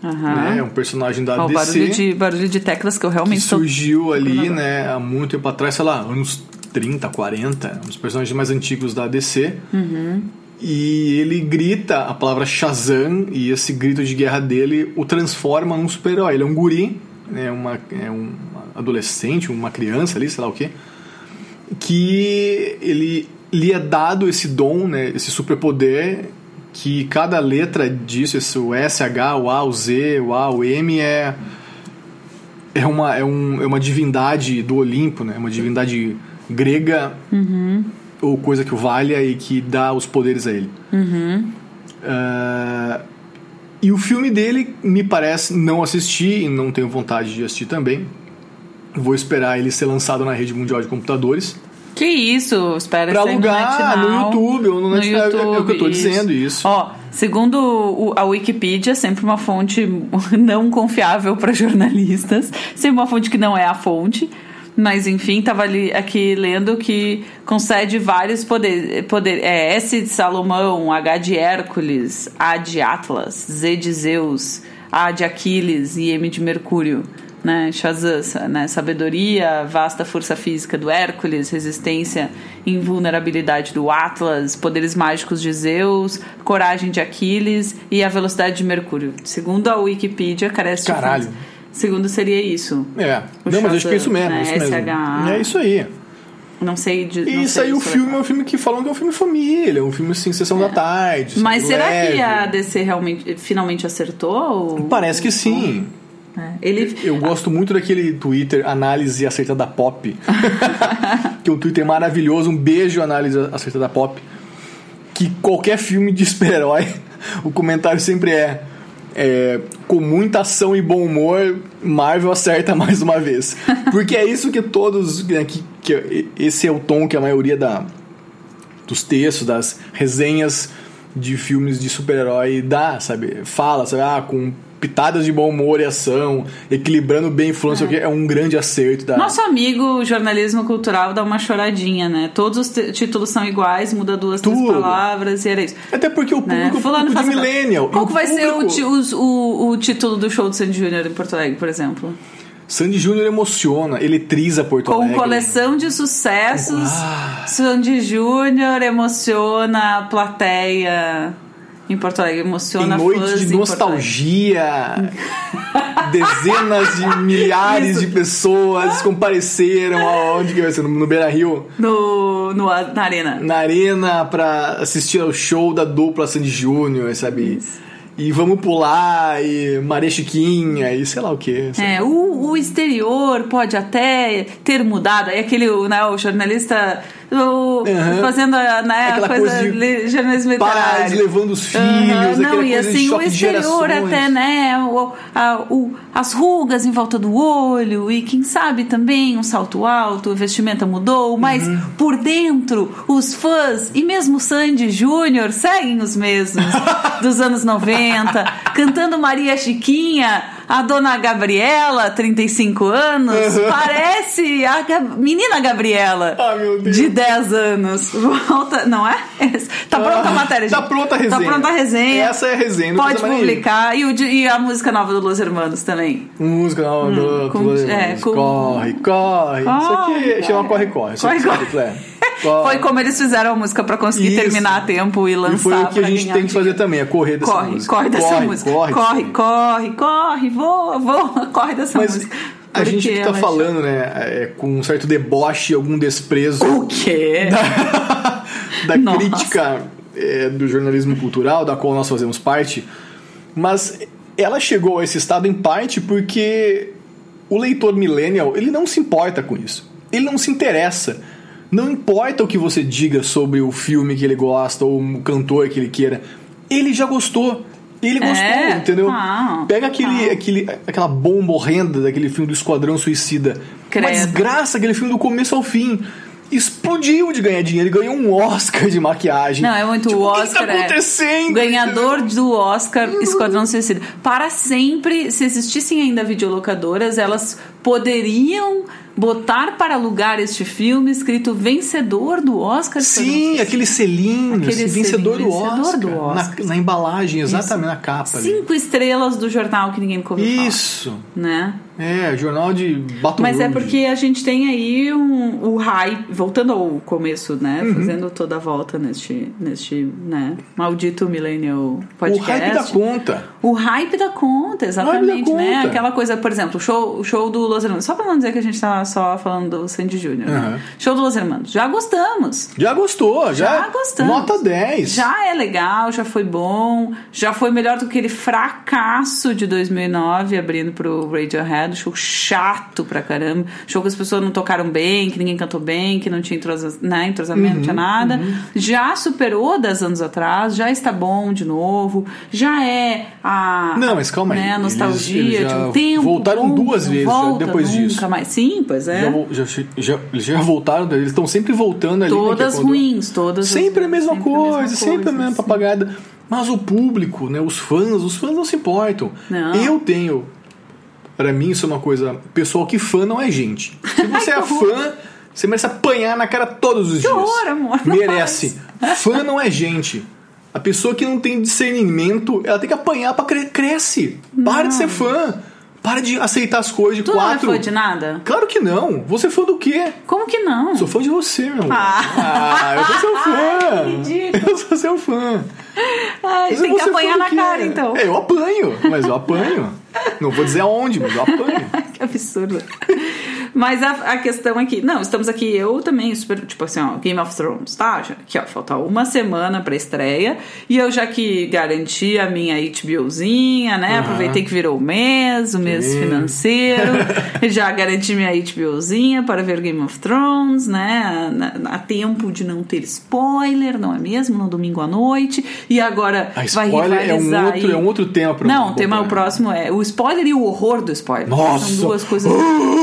Speaker 1: aham.
Speaker 2: né? É um personagem da
Speaker 1: Ó, o barulho
Speaker 2: DC
Speaker 1: de, barulho de teclas que eu
Speaker 2: que
Speaker 1: realmente sou.
Speaker 2: surgiu ali,
Speaker 1: procurando
Speaker 2: né, há muito tempo atrás, sei lá, anos 30, 40, um dos personagens mais antigos da DC. E ele grita a palavra Shazam e esse grito de guerra dele o transforma num super-herói. Ele é um guri, né, uma, é um adolescente, uma criança ali, sei lá o quê. que ele lhe é dado esse dom, né, esse superpoder que cada letra disso, esse o S, H, o A, o Z, o A, o M é é uma é, um, é uma divindade do Olimpo, né? Uma divindade grega ou coisa que o valha e que dá os poderes a ele. Ah, e o filme dele me parece não assisti e não tenho vontade de assistir também. Vou esperar ele ser lançado na rede mundial de computadores.
Speaker 1: Que isso? Espera
Speaker 2: Pra
Speaker 1: sair
Speaker 2: alugar
Speaker 1: no,
Speaker 2: no
Speaker 1: NetNow.
Speaker 2: YouTube ou no Net- é- é o que eu tô
Speaker 1: YouTube,
Speaker 2: dizendo, isso.
Speaker 1: Ó, segundo o- a Wikipedia, é sempre uma fonte não confiável para jornalistas, sempre uma fonte que não é a fonte. Mas enfim, tava ali aqui lendo que concede vários poderes. Poder, é, S de Salomão, H de Hércules, A de Atlas, Z de Zeus, A de Aquiles e M de Mercúrio né, Shazam, sa- né, sabedoria, vasta força física do Hércules, resistência, invulnerabilidade do Atlas, poderes mágicos de Zeus, coragem de Aquiles e a velocidade de Mercúrio. Segundo a Wikipedia, carece
Speaker 2: Caralho.
Speaker 1: de fontes. Segundo seria isso.
Speaker 2: É.
Speaker 1: O
Speaker 2: não, mas acho que
Speaker 1: Shazam,
Speaker 2: é isso mesmo,
Speaker 1: né?
Speaker 2: isso mesmo.
Speaker 1: SHA.
Speaker 2: É isso aí.
Speaker 1: Não sei de não
Speaker 2: E
Speaker 1: sei
Speaker 2: saiu o
Speaker 1: sobre-
Speaker 2: filme, é um filme que falam que é um filme família, é um filme assim, sessão da tarde.
Speaker 1: Mas
Speaker 2: sabe,
Speaker 1: será que
Speaker 2: leve.
Speaker 1: a DC realmente finalmente acertou? ou-
Speaker 2: Parece que sim.
Speaker 1: né? Ele,
Speaker 2: Eu gosto muito daquele Twitter Análise Acerta da Pop. que é um Twitter maravilhoso. Um beijo, Análise Acerta da Pop. Que qualquer filme de super-herói, o comentário sempre é, é, Com muita ação e bom humor, Marvel acerta mais uma vez. Porque é isso que todos. né, que, que esse é o tom que a maioria da, dos textos, das resenhas de filmes de super-herói dá, sabe? Fala, sabe? Ah, com pitadas de bom humor e ação, equilibrando bem influência, é. é um grande acerto da.
Speaker 1: Nosso amigo jornalismo cultural dá uma choradinha, né? Todos os t- títulos são iguais, muda duas, três
Speaker 2: Tudo.
Speaker 1: palavras e era isso.
Speaker 2: Até porque o
Speaker 1: Né?
Speaker 2: público é o
Speaker 1: Fulano
Speaker 2: público de
Speaker 1: faz-
Speaker 2: millennial.
Speaker 1: Qual
Speaker 2: E
Speaker 1: que vai ser o,
Speaker 2: público-
Speaker 1: ti- os- o, o título do show do Sandy Júnior em Porto Alegre, por exemplo?
Speaker 2: Sandy Júnior emociona, eletriza Porto
Speaker 1: Com
Speaker 2: Alegre.
Speaker 1: coleção de sucessos,
Speaker 2: Ah.
Speaker 1: Sandy Júnior emociona a plateia em Porto Alegre,
Speaker 2: Em
Speaker 1: emociona fãs
Speaker 2: noite de
Speaker 1: em Porto Alegre.
Speaker 2: nostalgia, dezenas de milhares de pessoas compareceram aonde que vai ser? No- No Beira Rio?
Speaker 1: No, no, na arena.
Speaker 2: na arena pra assistir ao show da dupla Sandy Júnior, sabe? E vamos pular, e Maria Chiquinha, e sei lá o que.
Speaker 1: É, o, o exterior pode até ter mudado. É aquele, o, né, o jornalista o-
Speaker 2: Aham.
Speaker 1: fazendo a né,
Speaker 2: Aquela
Speaker 1: a coisa,
Speaker 2: coisa de
Speaker 1: li- jornalismo
Speaker 2: Pais
Speaker 1: literário.
Speaker 2: levando os filhos,
Speaker 1: É Aham,
Speaker 2: aquela
Speaker 1: Não, e
Speaker 2: coisa de
Speaker 1: assim, o
Speaker 2: choque de
Speaker 1: exterior
Speaker 2: gerações.
Speaker 1: até, né? o- a- o- as rugas em volta do olho e quem sabe também um salto alto, a vestimenta mudou, mas
Speaker 2: Uhum.
Speaker 1: por dentro os fãs e mesmo Sandy Júnior seguem os mesmos dos anos 90, cantando Maria Chiquinha, a dona Gabriela, 35 anos,
Speaker 2: Uhum.
Speaker 1: parece a Gab- menina Gabriela
Speaker 2: Ah, meu Deus.
Speaker 1: de 10 anos. Volta, não é? Tá pronta a matéria,
Speaker 2: Tá
Speaker 1: gente.
Speaker 2: pronta a resenha.
Speaker 1: Tá pronta a resenha.
Speaker 2: Essa é a resenha. não
Speaker 1: Pode
Speaker 2: precisa mais nem ir.
Speaker 1: publicar. E, o de- e a música nova do Los Hermanos também.
Speaker 2: Música, não, não,
Speaker 1: Hum, com-
Speaker 2: não,
Speaker 1: é, com-
Speaker 2: corre, corre. Isso aqui
Speaker 1: Corre,
Speaker 2: chama
Speaker 1: corre.
Speaker 2: corre, corre.
Speaker 1: Corre,
Speaker 2: Isso aqui,
Speaker 1: corre.
Speaker 2: é.
Speaker 1: Foi como eles fizeram a música pra conseguir
Speaker 2: Isso.
Speaker 1: terminar a tempo e lançar.
Speaker 2: E foi o que a
Speaker 1: pra
Speaker 2: gente
Speaker 1: ganhar
Speaker 2: tem
Speaker 1: o
Speaker 2: que fazer também, é correr dessa
Speaker 1: Corre,
Speaker 2: música.
Speaker 1: corre dessa música.
Speaker 2: Corre,
Speaker 1: corre, corre, corre, voa, voa, corre dessa
Speaker 2: Mas
Speaker 1: música.
Speaker 2: a gente
Speaker 1: Porque
Speaker 2: que tá
Speaker 1: ela-
Speaker 2: falando, né, é, com um certo deboche, algum desprezo
Speaker 1: O quê?
Speaker 2: da
Speaker 1: Nossa.
Speaker 2: crítica é, do jornalismo cultural, da qual nós fazemos parte, mas ela chegou a esse estado em parte porque o leitor millennial, ele não se importa com isso. Ele não se interessa. Não importa o que você diga sobre o filme que ele gosta ou o cantor que ele queira. Ele já gostou. Ele gostou,
Speaker 1: É, ah.
Speaker 2: entendeu?
Speaker 1: não,
Speaker 2: Pega aquele,
Speaker 1: não.
Speaker 2: aquele, aquela bomba horrenda daquele filme do Esquadrão Suicida.
Speaker 1: Credo.
Speaker 2: Uma desgraça aquele filme do começo ao fim. Explodiu de ganhar dinheiro, ele ganhou um Oscar de maquiagem.
Speaker 1: Não, é muito
Speaker 2: tipo,
Speaker 1: Oscar.
Speaker 2: O que tá
Speaker 1: é.
Speaker 2: acontecendo?
Speaker 1: Ganhador do Oscar,
Speaker 2: Uhum.
Speaker 1: Esquadrão Suicida. Para sempre, se existissem ainda videolocadoras, elas poderiam botar para alugar este filme escrito vencedor do Oscar. Esquadrão
Speaker 2: Sim, aquele selinho,
Speaker 1: Aquele
Speaker 2: esse vencedor,
Speaker 1: selinho,
Speaker 2: do,
Speaker 1: vencedor
Speaker 2: Oscar,
Speaker 1: do Oscar.
Speaker 2: Na, na embalagem, exatamente, na capa. ali.
Speaker 1: Cinco estrelas do jornal que ninguém nunca ouviu falar,
Speaker 2: Isso.
Speaker 1: né?
Speaker 2: É, jornal de Baton
Speaker 1: Mas é
Speaker 2: Rouge.
Speaker 1: porque a gente tem aí um, o hype, voltando ao começo, né?
Speaker 2: Uhum.
Speaker 1: Fazendo toda a volta neste, neste né? maldito Millennial
Speaker 2: O
Speaker 1: Podcast.
Speaker 2: hype da conta.
Speaker 1: O hype da conta, exatamente,
Speaker 2: O hype da
Speaker 1: né?
Speaker 2: conta.
Speaker 1: Aquela coisa, por exemplo, o show, o show do Los Hermanos. Só pra não dizer que a gente tá só falando do Sandy Júnior, né?
Speaker 2: Uhum.
Speaker 1: Show do Los Hermanos. Já gostamos.
Speaker 2: Já gostou, já.
Speaker 1: Já gostamos.
Speaker 2: Nota 10.
Speaker 1: Já é legal, já foi bom, já foi melhor do que aquele fracasso de 2009 abrindo pro Radiohead, show chato pra caramba, show que as pessoas não tocaram bem, que ninguém cantou bem, que não tinha entrosa, né, entrosamento, não
Speaker 2: Uhum,
Speaker 1: tinha nada. Já superou 10 anos atrás, já está bom de novo, já é a
Speaker 2: Não, mas calma aí.
Speaker 1: né, a
Speaker 2: Eles-
Speaker 1: nostalgia
Speaker 2: eles
Speaker 1: de
Speaker 2: já
Speaker 1: um tempo.
Speaker 2: voltaram
Speaker 1: bom,
Speaker 2: duas
Speaker 1: não
Speaker 2: vezes já
Speaker 1: volta
Speaker 2: depois
Speaker 1: nunca
Speaker 2: disso.
Speaker 1: mais. Sim, pois é.
Speaker 2: Já, vo- já, che- já, eles já voltaram, eles estão sempre voltando ali. né, que é
Speaker 1: todas
Speaker 2: quando-
Speaker 1: ruins, todas
Speaker 2: Sempre a mesma
Speaker 1: Uhum. sempre
Speaker 2: coisa, sempre a mesma
Speaker 1: coisa,
Speaker 2: papagada. Mas o público, né, os fãs, os fãs não se importam.
Speaker 1: Não.
Speaker 2: Eu tenho. Pra mim, isso é uma coisa. Pessoal, que fã não é gente. Se você é fã, você merece apanhar na cara todos os dias.
Speaker 1: horror, amor, não
Speaker 2: Merece. Fã não é gente. A pessoa que não tem discernimento, ela tem que apanhar pra cre cresce. Para de ser fã. Para de aceitar as coisas de
Speaker 1: Tu
Speaker 2: quatro.
Speaker 1: não é fã de nada?
Speaker 2: Claro que não. Você é fã do quê?
Speaker 1: Como que não?
Speaker 2: Sou fã de você, meu amor.
Speaker 1: Ah.
Speaker 2: Ah, eu sou seu
Speaker 1: Ai,
Speaker 2: fã.
Speaker 1: que ridículo.
Speaker 2: eu sou seu fã.
Speaker 1: Ai,
Speaker 2: Mas
Speaker 1: tem
Speaker 2: eu
Speaker 1: que
Speaker 2: vou ser
Speaker 1: apanhar
Speaker 2: fã
Speaker 1: na
Speaker 2: que
Speaker 1: cara,
Speaker 2: é.
Speaker 1: então.
Speaker 2: É, eu apanho, mas eu apanho. Não vou dizer aonde, mas eu apanho.
Speaker 1: que absurdo. Mas a, a questão é que, não, estamos aqui, eu também, super, tipo assim, ó, Game of Thrones, tá? Já, aqui, ó, falta uma semana pra estreia. E eu já que garanti a minha HBOzinha, né?
Speaker 2: Aham.
Speaker 1: Aproveitei que virou o mês, o mês
Speaker 2: Sim.
Speaker 1: financeiro. já garanti minha HBOzinha para ver Game of Thrones, né? Na- na- A tempo de não ter spoiler, não é mesmo? No domingo à noite. E agora
Speaker 2: A
Speaker 1: vai
Speaker 2: spoiler é
Speaker 1: rivalizar
Speaker 2: um, outro,
Speaker 1: aí.
Speaker 2: é um outro tema pra
Speaker 1: Não, o
Speaker 2: um
Speaker 1: tema o
Speaker 2: pouco, né?
Speaker 1: próximo é o spoiler e o horror do spoiler.
Speaker 2: Nossa!
Speaker 1: São duas coisas.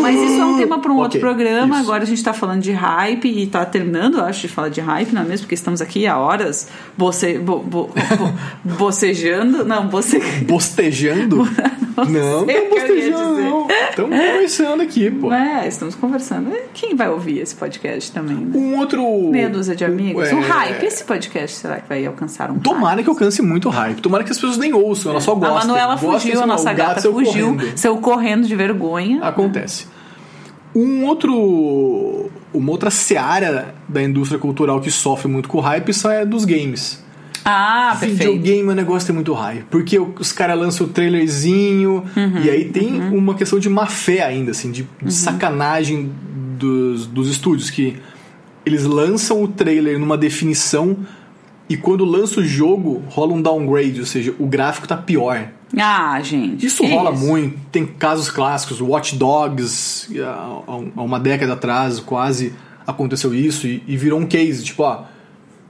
Speaker 1: Mas isso é um tema para um outro
Speaker 2: Ok,
Speaker 1: programa.
Speaker 2: isso.
Speaker 1: Agora a gente tá falando de hype e tá terminando, eu acho, de falar de hype, não é mesmo? Porque estamos aqui há horas boce, bo, bo- bo- bocejando. Não, boce.
Speaker 2: Bostejando? não,
Speaker 1: sei
Speaker 2: não
Speaker 1: o que eu ia
Speaker 2: bostejando,
Speaker 1: dizer.
Speaker 2: não. Estamos conversando aqui, pô.
Speaker 1: É, estamos conversando. Quem vai ouvir esse podcast também, né?
Speaker 2: Um outro.
Speaker 1: Meia dúzia de amigos.
Speaker 2: é,
Speaker 1: Um hype. Esse podcast será que vai alcançar um hype?
Speaker 2: Tomara que alcance muito hype. Tomara que as pessoas nem ouçam, elas só gostam.
Speaker 1: A Manuela
Speaker 2: Gostem,
Speaker 1: fugiu,
Speaker 2: sei
Speaker 1: a
Speaker 2: lá,
Speaker 1: nossa
Speaker 2: o gato
Speaker 1: gata
Speaker 2: saiu
Speaker 1: fugiu,
Speaker 2: correndo.
Speaker 1: saiu correndo de vergonha.
Speaker 2: Acontece. Um outro. Uma outra seara da indústria cultural que sofre muito com o hype só é dos games.
Speaker 1: Ah, perfeito.
Speaker 2: Videogame é um negócio que tem muito hype. Porque o- os caras lançam o trailerzinho. e aí tem uma questão de má fé ainda, assim, de, de sacanagem dos, dos estúdios. Que eles lançam o trailer numa definição. E quando lança o jogo, rola um downgrade, ou seja, o gráfico tá pior.
Speaker 1: Ah, gente.
Speaker 2: Isso
Speaker 1: que
Speaker 2: rola muito. Tem casos clássicos, Watch Dogs, há há uma década atrás quase aconteceu isso e, e virou um case. Tipo, ó,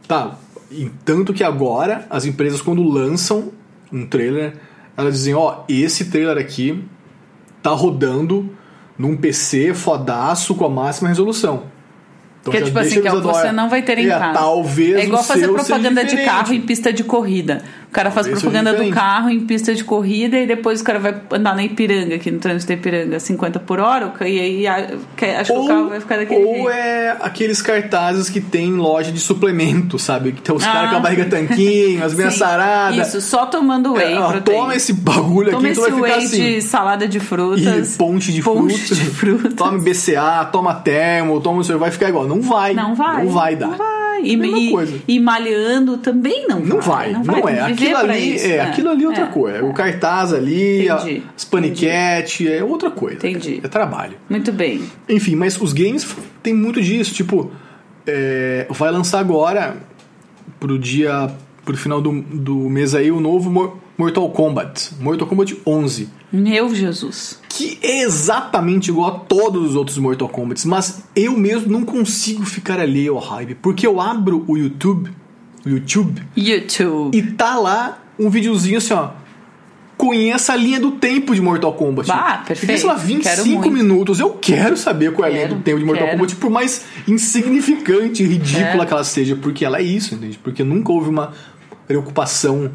Speaker 2: tá. E tanto que agora as empresas, quando lançam um trailer, elas dizem: ó, esse trailer aqui tá rodando num PC fodaço com a máxima resolução. Então
Speaker 1: Que é
Speaker 2: já
Speaker 1: tipo assim,
Speaker 2: deixa
Speaker 1: que é o que
Speaker 2: avisado, ó,
Speaker 1: você não vai ter em
Speaker 2: é,
Speaker 1: casa.
Speaker 2: Talvez
Speaker 1: é igual
Speaker 2: o
Speaker 1: fazer
Speaker 2: seu seja
Speaker 1: propaganda de
Speaker 2: diferente.
Speaker 1: carro em pista de corrida. O cara faz
Speaker 2: Talvez seja
Speaker 1: propaganda do
Speaker 2: diferente.
Speaker 1: carro em pista de corrida e depois o cara vai andar na Ipiranga, aqui no trânsito da Ipiranga, 50 por hora, e aí a- que- acho que o carro vai ficar daquele
Speaker 2: ou
Speaker 1: jeito.
Speaker 2: é aqueles cartazes que tem em loja de suplemento, sabe? Que tem os
Speaker 1: Ah.
Speaker 2: caras com a barriga tanquinho, as minhas
Speaker 1: Sim,
Speaker 2: saradas.
Speaker 1: Isso, só tomando whey. proteína.
Speaker 2: É, toma esse bagulho
Speaker 1: Toma
Speaker 2: aqui que
Speaker 1: esse
Speaker 2: tu vai
Speaker 1: whey
Speaker 2: ficar assim.
Speaker 1: de salada de frutas.
Speaker 2: E ponte de
Speaker 1: ponche
Speaker 2: frutas.
Speaker 1: de frutas.
Speaker 2: Toma BCA, toma termo, toma isso, vai ficar igual. Não vai.
Speaker 1: Não vai.
Speaker 2: Não vai dar.
Speaker 1: Não vai. E,
Speaker 2: Mesma
Speaker 1: e-
Speaker 2: coisa.
Speaker 1: e malhando também não vai.
Speaker 2: Não vai, não,
Speaker 1: vai, tem
Speaker 2: é.
Speaker 1: que viver
Speaker 2: Aquilo
Speaker 1: pra
Speaker 2: ali,
Speaker 1: isso,
Speaker 2: é,
Speaker 1: né?
Speaker 2: aquilo ali é outra
Speaker 1: É.
Speaker 2: coisa. O cartaz ali, a-
Speaker 1: Entendi.
Speaker 2: as paniquete, é outra coisa.
Speaker 1: Entendi.
Speaker 2: É trabalho.
Speaker 1: Muito bem.
Speaker 2: Enfim, mas os games f- tem muito disso. Tipo, é, vai lançar agora, pro dia. pro final do, do mês aí, o novo Mor- Mortal Kombat. Mortal Kombat 11.
Speaker 1: Meu Jesus.
Speaker 2: Que é exatamente igual a todos os outros Mortal Kombats, mas eu mesmo não consigo ficar alheio ao hype, porque eu abro o YouTube, o YouTube
Speaker 1: YouTube.
Speaker 2: e tá lá um videozinho assim, ó. Conheça a linha do tempo de Mortal Kombat.
Speaker 1: Bah,
Speaker 2: Porque,
Speaker 1: perfeito.
Speaker 2: sei lá,
Speaker 1: Quero
Speaker 2: 25
Speaker 1: muito.
Speaker 2: minutos. Eu quero saber qual é a linha
Speaker 1: Quero,
Speaker 2: do tempo de Mortal
Speaker 1: quero.
Speaker 2: Kombat, por mais insignificante e ridícula
Speaker 1: Quero.
Speaker 2: que ela seja, porque ela é isso, entende? Porque nunca houve uma preocupação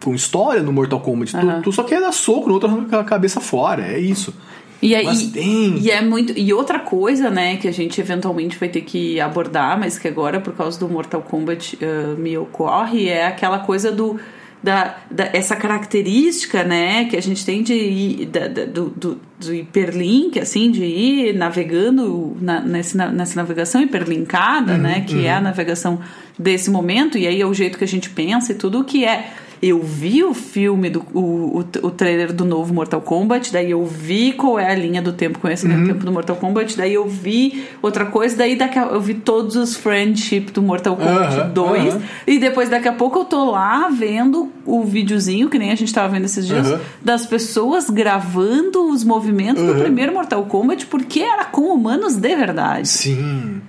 Speaker 2: com história no Mortal Kombat. Tu-
Speaker 1: Aham.
Speaker 2: Tu, só quer dar soco no outro arranca a cabeça fora. É isso.
Speaker 1: E aí,
Speaker 2: Mas tem.
Speaker 1: e é muito e outra coisa, né, que a gente eventualmente vai ter que abordar, mas que agora por causa do Mortal Kombat eh, me ocorre é aquela coisa do da, da- essa característica, né, que a gente tem de ir, da- da- do, do, do hiperlink, assim, de ir navegando na, nesse na- nessa navegação hiperlinkada, né, que
Speaker 2: Uhum.
Speaker 1: é a navegação desse momento e aí é o jeito que a gente pensa e tudo que é eu vi o filme, do, o, o, o trailer do novo Mortal Kombat, daí eu vi qual é a linha do tempo,
Speaker 2: Uhum.
Speaker 1: conhecimento do tempo do Mortal Kombat, daí eu vi outra coisa, daí daqui a, eu vi todos os friendship do Mortal Kombat
Speaker 2: Aham,
Speaker 1: 2,
Speaker 2: aham.
Speaker 1: e depois daqui a pouco eu tô lá vendo o videozinho, que nem a gente tava vendo esses dias,
Speaker 2: Aham.
Speaker 1: das pessoas gravando os movimentos do
Speaker 2: Aham.
Speaker 1: primeiro Mortal Kombat, porque era com humanos de verdade
Speaker 2: Sim.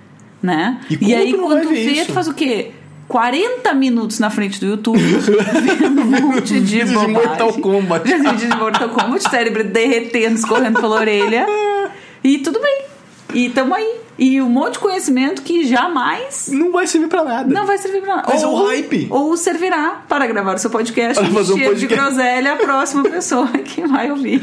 Speaker 1: né?
Speaker 2: E
Speaker 1: E,
Speaker 2: como
Speaker 1: aí,
Speaker 2: tu não
Speaker 1: quando
Speaker 2: vai
Speaker 1: tu
Speaker 2: ver
Speaker 1: vê,
Speaker 2: isso?
Speaker 1: tu faz o quê? 40 minutos na frente do YouTube vendo um monte de
Speaker 2: Vídeos de
Speaker 1: bobagem.
Speaker 2: Mortal Kombat.
Speaker 1: Vídeos de Mortal Kombat, cérebro derretendo, escorrendo pela orelha. E tudo bem. E tamo aí. E um monte de conhecimento que jamais
Speaker 2: Não vai servir pra nada.
Speaker 1: não vai servir pra nada.
Speaker 2: Mas é o hype.
Speaker 1: Ou servirá para gravar o seu podcast
Speaker 2: Para
Speaker 1: e
Speaker 2: fazer um
Speaker 1: encher de
Speaker 2: podcast.
Speaker 1: groselha a próxima pessoa que vai ouvir.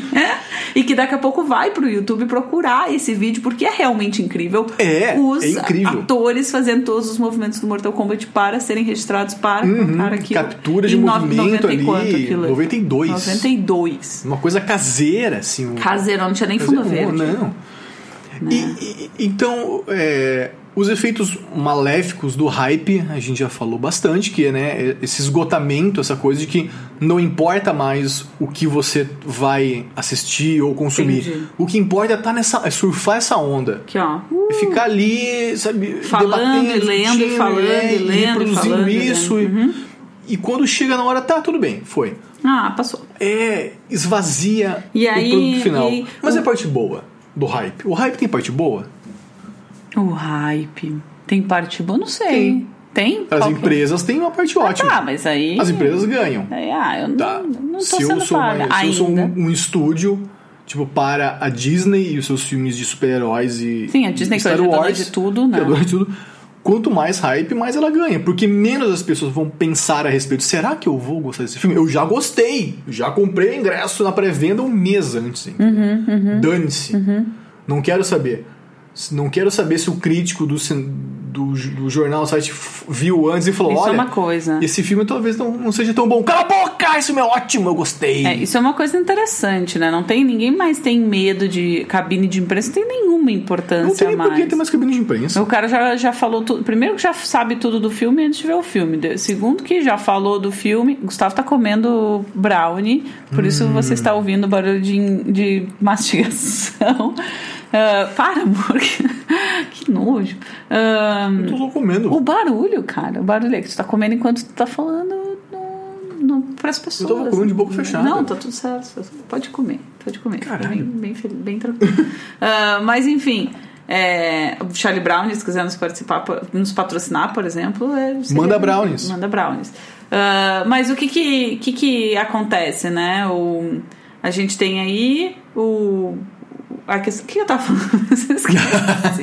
Speaker 1: E que daqui a pouco vai pro YouTube procurar esse vídeo, porque é realmente incrível.
Speaker 2: É,
Speaker 1: Os
Speaker 2: é incrível.
Speaker 1: atores fazendo todos os movimentos do Mortal Kombat para serem registrados para contar aquilo.
Speaker 2: Uhum. captura de
Speaker 1: Em nove-
Speaker 2: movimento
Speaker 1: 90 e quanto
Speaker 2: ali,
Speaker 1: aquilo?
Speaker 2: 92.
Speaker 1: 92.
Speaker 2: Uma coisa caseira, assim. um-
Speaker 1: Caseiro, não tinha nem
Speaker 2: Mas é
Speaker 1: fundo
Speaker 2: bom,
Speaker 1: verde.
Speaker 2: Não. E- e- então, é, Os efeitos maléficos do hype, a gente já falou bastante, que é né, esse esgotamento, essa coisa de que não importa mais o que você vai assistir ou consumir.
Speaker 1: Entendi.
Speaker 2: O que importa é, tá nessa, é surfar essa onda.
Speaker 1: Aqui, ó.
Speaker 2: E ficar ali, sabe,
Speaker 1: Falando e
Speaker 2: debatendo,
Speaker 1: lendo e
Speaker 2: discutindo,
Speaker 1: falando e
Speaker 2: é,
Speaker 1: lendo e
Speaker 2: reproduzindo
Speaker 1: falando né? Uhum. e lendo.
Speaker 2: isso. e- e quando chega na hora, tá, tudo bem, foi
Speaker 1: Ah, passou.
Speaker 2: é, esvazia
Speaker 1: E
Speaker 2: o
Speaker 1: aí-
Speaker 2: produto final.
Speaker 1: e-
Speaker 2: Mas é
Speaker 1: o-
Speaker 2: a parte boa do hype. O hype tem parte boa?
Speaker 1: O hype. Tem parte boa? Não sei. Tem?
Speaker 2: As
Speaker 1: Qual que- é?
Speaker 2: empresas têm uma parte
Speaker 1: Ah,
Speaker 2: ótima.
Speaker 1: tá, mas aí.
Speaker 2: As empresas ganham.
Speaker 1: Aí, ah, eu não,
Speaker 2: Tá.
Speaker 1: não tô
Speaker 2: se eu
Speaker 1: sendo
Speaker 2: sou, uma-
Speaker 1: paga.
Speaker 2: se eu sou
Speaker 1: ainda.
Speaker 2: um, um estúdio, tipo, para a Disney e os seus filmes de super-heróis e.
Speaker 1: Sim, a Disney
Speaker 2: e
Speaker 1: que é
Speaker 2: Star
Speaker 1: dona
Speaker 2: Wars,
Speaker 1: de tudo, né?
Speaker 2: que é dona de tudo. Quanto mais hype, mais ela ganha. Porque menos as pessoas vão pensar a respeito. Será que eu vou gostar desse filme? Eu já gostei. Já comprei o ingresso na pré-venda um mês antes. hein?
Speaker 1: Uhum,
Speaker 2: Dane-se. Não quero saber. S- Não quero saber se o crítico do, cin- do, j- do jornal, site, f- viu antes e assim- falou:
Speaker 1: Isso é
Speaker 2: olha,
Speaker 1: uma coisa.
Speaker 2: esse filme talvez não, não seja tão bom. Cala a boca! Esse filme é ótimo, eu gostei.
Speaker 1: É, isso é uma coisa interessante, né? Não tem ninguém mais tem medo de cabine de imprensa, não tem nenhuma
Speaker 2: não
Speaker 1: importância
Speaker 2: tem nem
Speaker 1: mais.
Speaker 2: por que ter mais cabine de imprensa.
Speaker 1: O cara já, já falou tudo. Primeiro que já sabe tudo do filme antes de ver o filme. De- Segundo que já falou do filme. Gustavo tá comendo brownie, por isso você está ouvindo barulho de, de mastigação. Ah, para, amor. que nojo. Ah,
Speaker 2: Eu tô só comendo.
Speaker 1: o barulho, cara. O barulho é que tu tá comendo enquanto tu tá falando no, no, pras pessoas.
Speaker 2: tava comendo de boca fechada.
Speaker 1: Não, tá tudo certo. Pode comer, pode comer. Fica
Speaker 2: Caralho.
Speaker 1: Bem, bem, fel- bem tranquilo. Ah, mas enfim. é, o Charlie Brown, se quiser nos participar, po- nos patrocinar, por exemplo, é, seria-
Speaker 2: Manda brownies.
Speaker 1: Manda brownies. Ah, mas o que que, que que acontece, né? O, a gente tem aí o. A questão, o que eu tava falando? Esqueci.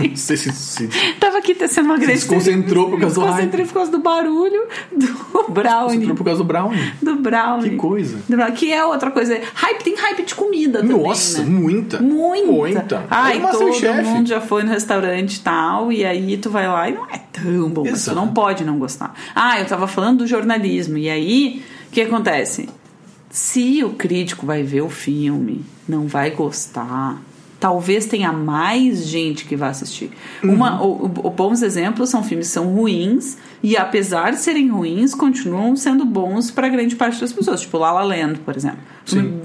Speaker 2: Não sei se- se-
Speaker 1: Tava aqui sendo uma grande.
Speaker 2: desconcentrou por causa do
Speaker 1: Desconcentrei por causa do barulho do
Speaker 2: Entrou
Speaker 1: brownie.
Speaker 2: por causa do brownie.
Speaker 1: Do brownie.
Speaker 2: Que coisa.
Speaker 1: Do brownie, Que é outra coisa. Hype, tem hype de comida também.
Speaker 2: Nossa,
Speaker 1: né?
Speaker 2: muita.
Speaker 1: Muita.
Speaker 2: Muita.
Speaker 1: Ai,
Speaker 2: Era uma
Speaker 1: todo
Speaker 2: Masterchef.
Speaker 1: mundo já foi no restaurante e tal, e aí tu vai lá e não é tão bom, mas tu
Speaker 2: Exato.
Speaker 1: não pode não gostar. Ah, eu tava falando do jornalismo, e aí, o que acontece? Se o crítico vai ver o filme, não vai gostar, talvez tenha mais gente que vá assistir.
Speaker 2: Uhum.
Speaker 1: Uma, o- o- bons exemplos são filmes que são ruins, e apesar de serem ruins, continuam sendo bons pra grande parte das pessoas. Tipo, La La Land, por exemplo.
Speaker 2: Sim.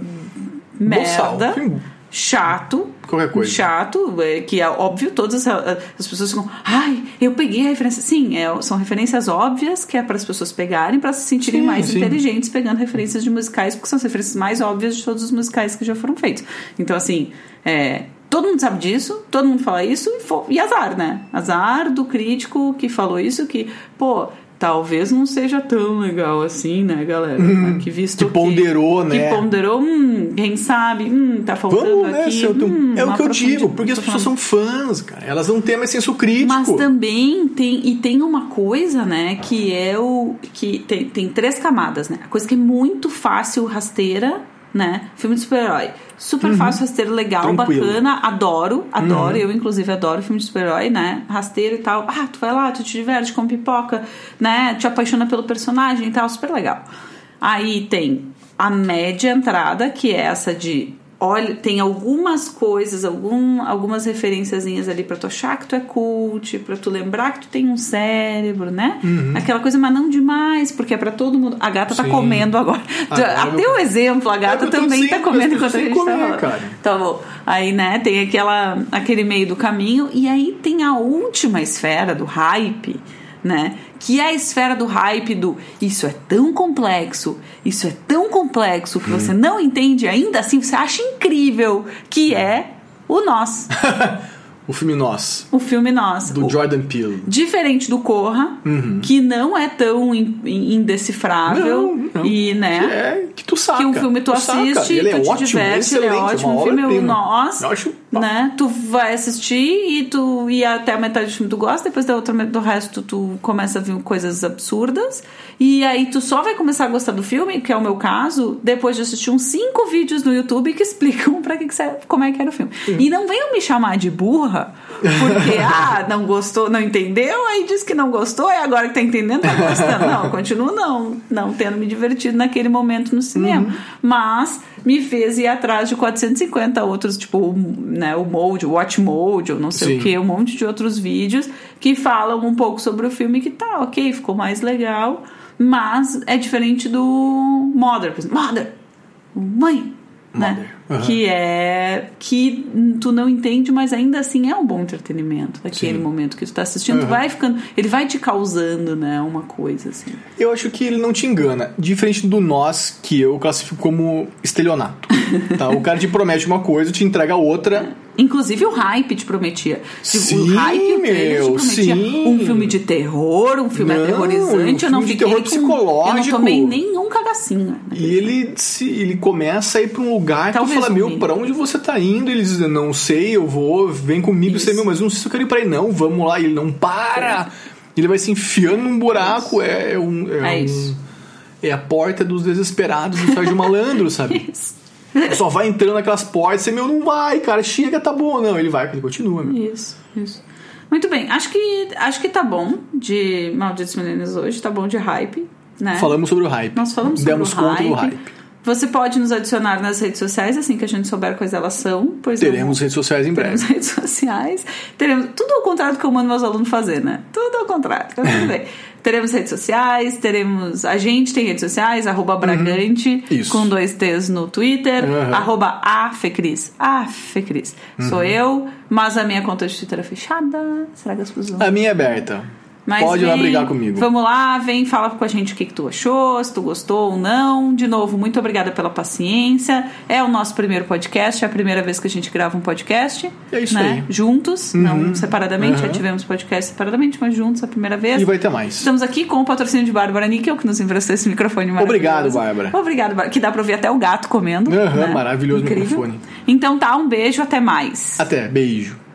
Speaker 2: Boçal.
Speaker 1: Merda
Speaker 2: Filme
Speaker 1: chato.
Speaker 2: Qualquer coisa.
Speaker 1: Chato, é, que é óbvio, todas as, as pessoas ficam. Ai, eu peguei a referência. Sim, é, são referências óbvias que é para as pessoas pegarem, para se sentirem
Speaker 2: Sim,
Speaker 1: mais
Speaker 2: sim.
Speaker 1: inteligentes pegando referências de musicais, porque são as referências mais óbvias de todos os musicais que já foram feitos. Então, assim, é, todo mundo sabe disso, todo mundo fala isso, e, fo- e azar, né? Azar do crítico que falou isso, que, pô. Talvez não seja tão legal assim, né, galera? que visto
Speaker 2: Hum, que ponderou, né?
Speaker 1: Que ponderou, hum, quem sabe, hum, tá faltando
Speaker 2: Vamos, né?
Speaker 1: aqui.
Speaker 2: seu tu-
Speaker 1: hum,
Speaker 2: é o
Speaker 1: uma
Speaker 2: que eu
Speaker 1: profundidade-
Speaker 2: digo, porque as pessoas são fãs, cara. Elas não têm mais senso crítico.
Speaker 1: mas também tem e tem uma coisa, né, que é o que tem, tem três camadas, né? A coisa que é muito fácil, rasteira, né? Filme de super-herói. Super fácil, rasteiro, legal,
Speaker 2: Uhum. Tranquilo.
Speaker 1: bacana, adoro, adoro,
Speaker 2: Uhum.
Speaker 1: eu inclusive adoro filme de super-herói, né? Rasteiro e tal. Ah, tu vai lá, tu te diverte com pipoca, né? Te apaixona pelo personagem e tal, super legal. Aí tem a média entrada, que é essa de olha, tem algumas coisas, algum, algumas referenciazinhas ali pra tu achar que tu é cult, pra tu lembrar que tu tem um cérebro, né? Aquela coisa, mas não demais, porque é pra todo mundo. A gata tá
Speaker 2: Uhum. Sim.
Speaker 1: comendo agora.
Speaker 2: Agora eu
Speaker 1: Até
Speaker 2: vou-
Speaker 1: o exemplo, a gata
Speaker 2: eu tô
Speaker 1: também tá
Speaker 2: dizendo,
Speaker 1: comendo
Speaker 2: as
Speaker 1: enquanto a gente
Speaker 2: pessoas têm que
Speaker 1: tá falando.
Speaker 2: comer, cara.
Speaker 1: Tá bom. Aí, né, tem aquela, aquele meio do caminho, e aí tem a última esfera do hype, né? Que é a esfera do hype do isso é tão complexo, isso é tão complexo que
Speaker 2: Hum.
Speaker 1: você não entende ainda assim, você acha incrível, que é o Nós,
Speaker 2: O filme Nós,
Speaker 1: o filme Nós.
Speaker 2: do Uhum.
Speaker 1: O-
Speaker 2: Jordan Peele.
Speaker 1: Diferente do Corra, que não é tão in- in- indecifrável
Speaker 2: Não, não.
Speaker 1: e, né?
Speaker 2: Que é que tu saca.
Speaker 1: que o filme tu,
Speaker 2: saca.
Speaker 1: assiste,
Speaker 2: Ele é
Speaker 1: tu te
Speaker 2: ótimo,
Speaker 1: diverte, ele é
Speaker 2: excelente, uma
Speaker 1: ótimo, o filme é o
Speaker 2: obra-prima.
Speaker 1: nós,
Speaker 2: Eu acho- um
Speaker 1: né? Tu vai assistir e tu e até a metade do filme tu gosta, depois da outra metade do resto tu começa a ver coisas absurdas e aí tu só vai começar a gostar do filme, que é o meu caso, depois de assistir uns cinco vídeos no YouTube que explicam para que, que serve, como é que era o filme. E não venham me chamar de burra, porque ah, não gostou, não entendeu, aí diz que não gostou e agora que tá entendendo tá
Speaker 2: Uhum.
Speaker 1: gostando. Não, eu continuo não, não tendo me divertido naquele momento no cinema, mas me fez ir atrás de 450 outros, tipo, o, né, o Mode, o Watch Mode, ou não sei
Speaker 2: Sim.
Speaker 1: o que, um monte de outros vídeos que falam um pouco sobre o filme que tá, ok, ficou mais legal, mas é diferente do Mother, por exemplo. Mother, mãe, né?
Speaker 2: Mother, aham.
Speaker 1: Que é que tu não entende, mas ainda assim é um bom entretenimento. Aquele
Speaker 2: Sim.
Speaker 1: momento que tu tá assistindo, tu
Speaker 2: Aham.
Speaker 1: vai ficando, ele vai te causando, né, uma coisa assim.
Speaker 2: Eu acho que ele não te engana. Diferente do nós, que eu classifico como estelionato. tá? O cara te promete uma coisa, te entrega outra.
Speaker 1: Inclusive o hype te prometia. Tipo,
Speaker 2: Sim,
Speaker 1: o hype, o trailer
Speaker 2: meu,
Speaker 1: te prometia
Speaker 2: sim.
Speaker 1: um filme de terror, um filme
Speaker 2: Não,
Speaker 1: aterrorizante.
Speaker 2: um
Speaker 1: eu não
Speaker 2: filme de
Speaker 1: fiquei
Speaker 2: terror
Speaker 1: com- Eu não
Speaker 2: psicológico.
Speaker 1: tomei nenhum cagacinho. né?
Speaker 2: E ele, se, ele começa a ir pra um lugar
Speaker 1: Talvez
Speaker 2: que tu fala,
Speaker 1: um
Speaker 2: meu,
Speaker 1: mínimo.
Speaker 2: pra onde você tá indo? Ele diz, não sei, eu vou, vem comigo. Você, é
Speaker 1: Isso.
Speaker 2: meu, mas eu não sei se eu quero ir pra aí, não. Vamos lá. E ele não para. Ele vai se enfiando num buraco. É, é um...
Speaker 1: É
Speaker 2: um-
Speaker 1: isso.
Speaker 2: É a porta dos desesperados do Sérgio Malandro, sabe?
Speaker 1: Isso.
Speaker 2: Só vai entrando naquelas portas, você, meu, não vai, cara, chega, tá bom. Não, ele vai, ele continua, meu.
Speaker 1: Isso, isso. Muito bem, acho que, acho que tá bom de Malditos Meninos hoje, tá bom de hype, né?
Speaker 2: Falamos sobre o hype.
Speaker 1: Nós falamos sobre
Speaker 2: Demos
Speaker 1: o
Speaker 2: conta
Speaker 1: hype.
Speaker 2: do hype.
Speaker 1: Você pode nos adicionar nas redes sociais assim que a gente souber quais elas são. Pois eu-
Speaker 2: Teremos redes sociais em
Speaker 1: Teremos
Speaker 2: breve.
Speaker 1: redes sociais. Teremos tudo ao contrário do que eu mando meus alunos fazer, né? Tudo ao contrário. Então, tudo bem. teremos redes sociais, teremos. A gente tem redes sociais, arroba Bragante,
Speaker 2: Uhum. Isso.
Speaker 1: com dois T's no Twitter,
Speaker 2: Uhum.
Speaker 1: arroba Afecris. Afecris. Sou eu, mas a minha conta de Twitter é fechada. Será que as pessoas vão
Speaker 2: A minha é aberta.
Speaker 1: mas
Speaker 2: Pode ir lá
Speaker 1: vem,
Speaker 2: brigar comigo.
Speaker 1: Vamos lá, vem, fala com a gente o que, que tu achou, se tu gostou ou não. De novo, muito obrigada pela paciência. É o nosso primeiro podcast, é a primeira vez que a gente grava um podcast.
Speaker 2: É isso
Speaker 1: né?
Speaker 2: aí.
Speaker 1: Juntos, não separadamente, já
Speaker 2: Uhum.
Speaker 1: tivemos podcast separadamente, mas juntos, a primeira vez.
Speaker 2: E vai ter mais.
Speaker 1: Estamos aqui com o patrocínio de Bárbara Níquel, que nos emprestou esse microfone maravilhoso.
Speaker 2: Obrigado, Bárbara.
Speaker 1: Obrigado, Bárbara. Que dá pra ouvir até o gato comendo. né?
Speaker 2: Aham, maravilhoso
Speaker 1: Incrível.
Speaker 2: microfone.
Speaker 1: Então tá, um beijo, até mais.
Speaker 2: Até, beijo.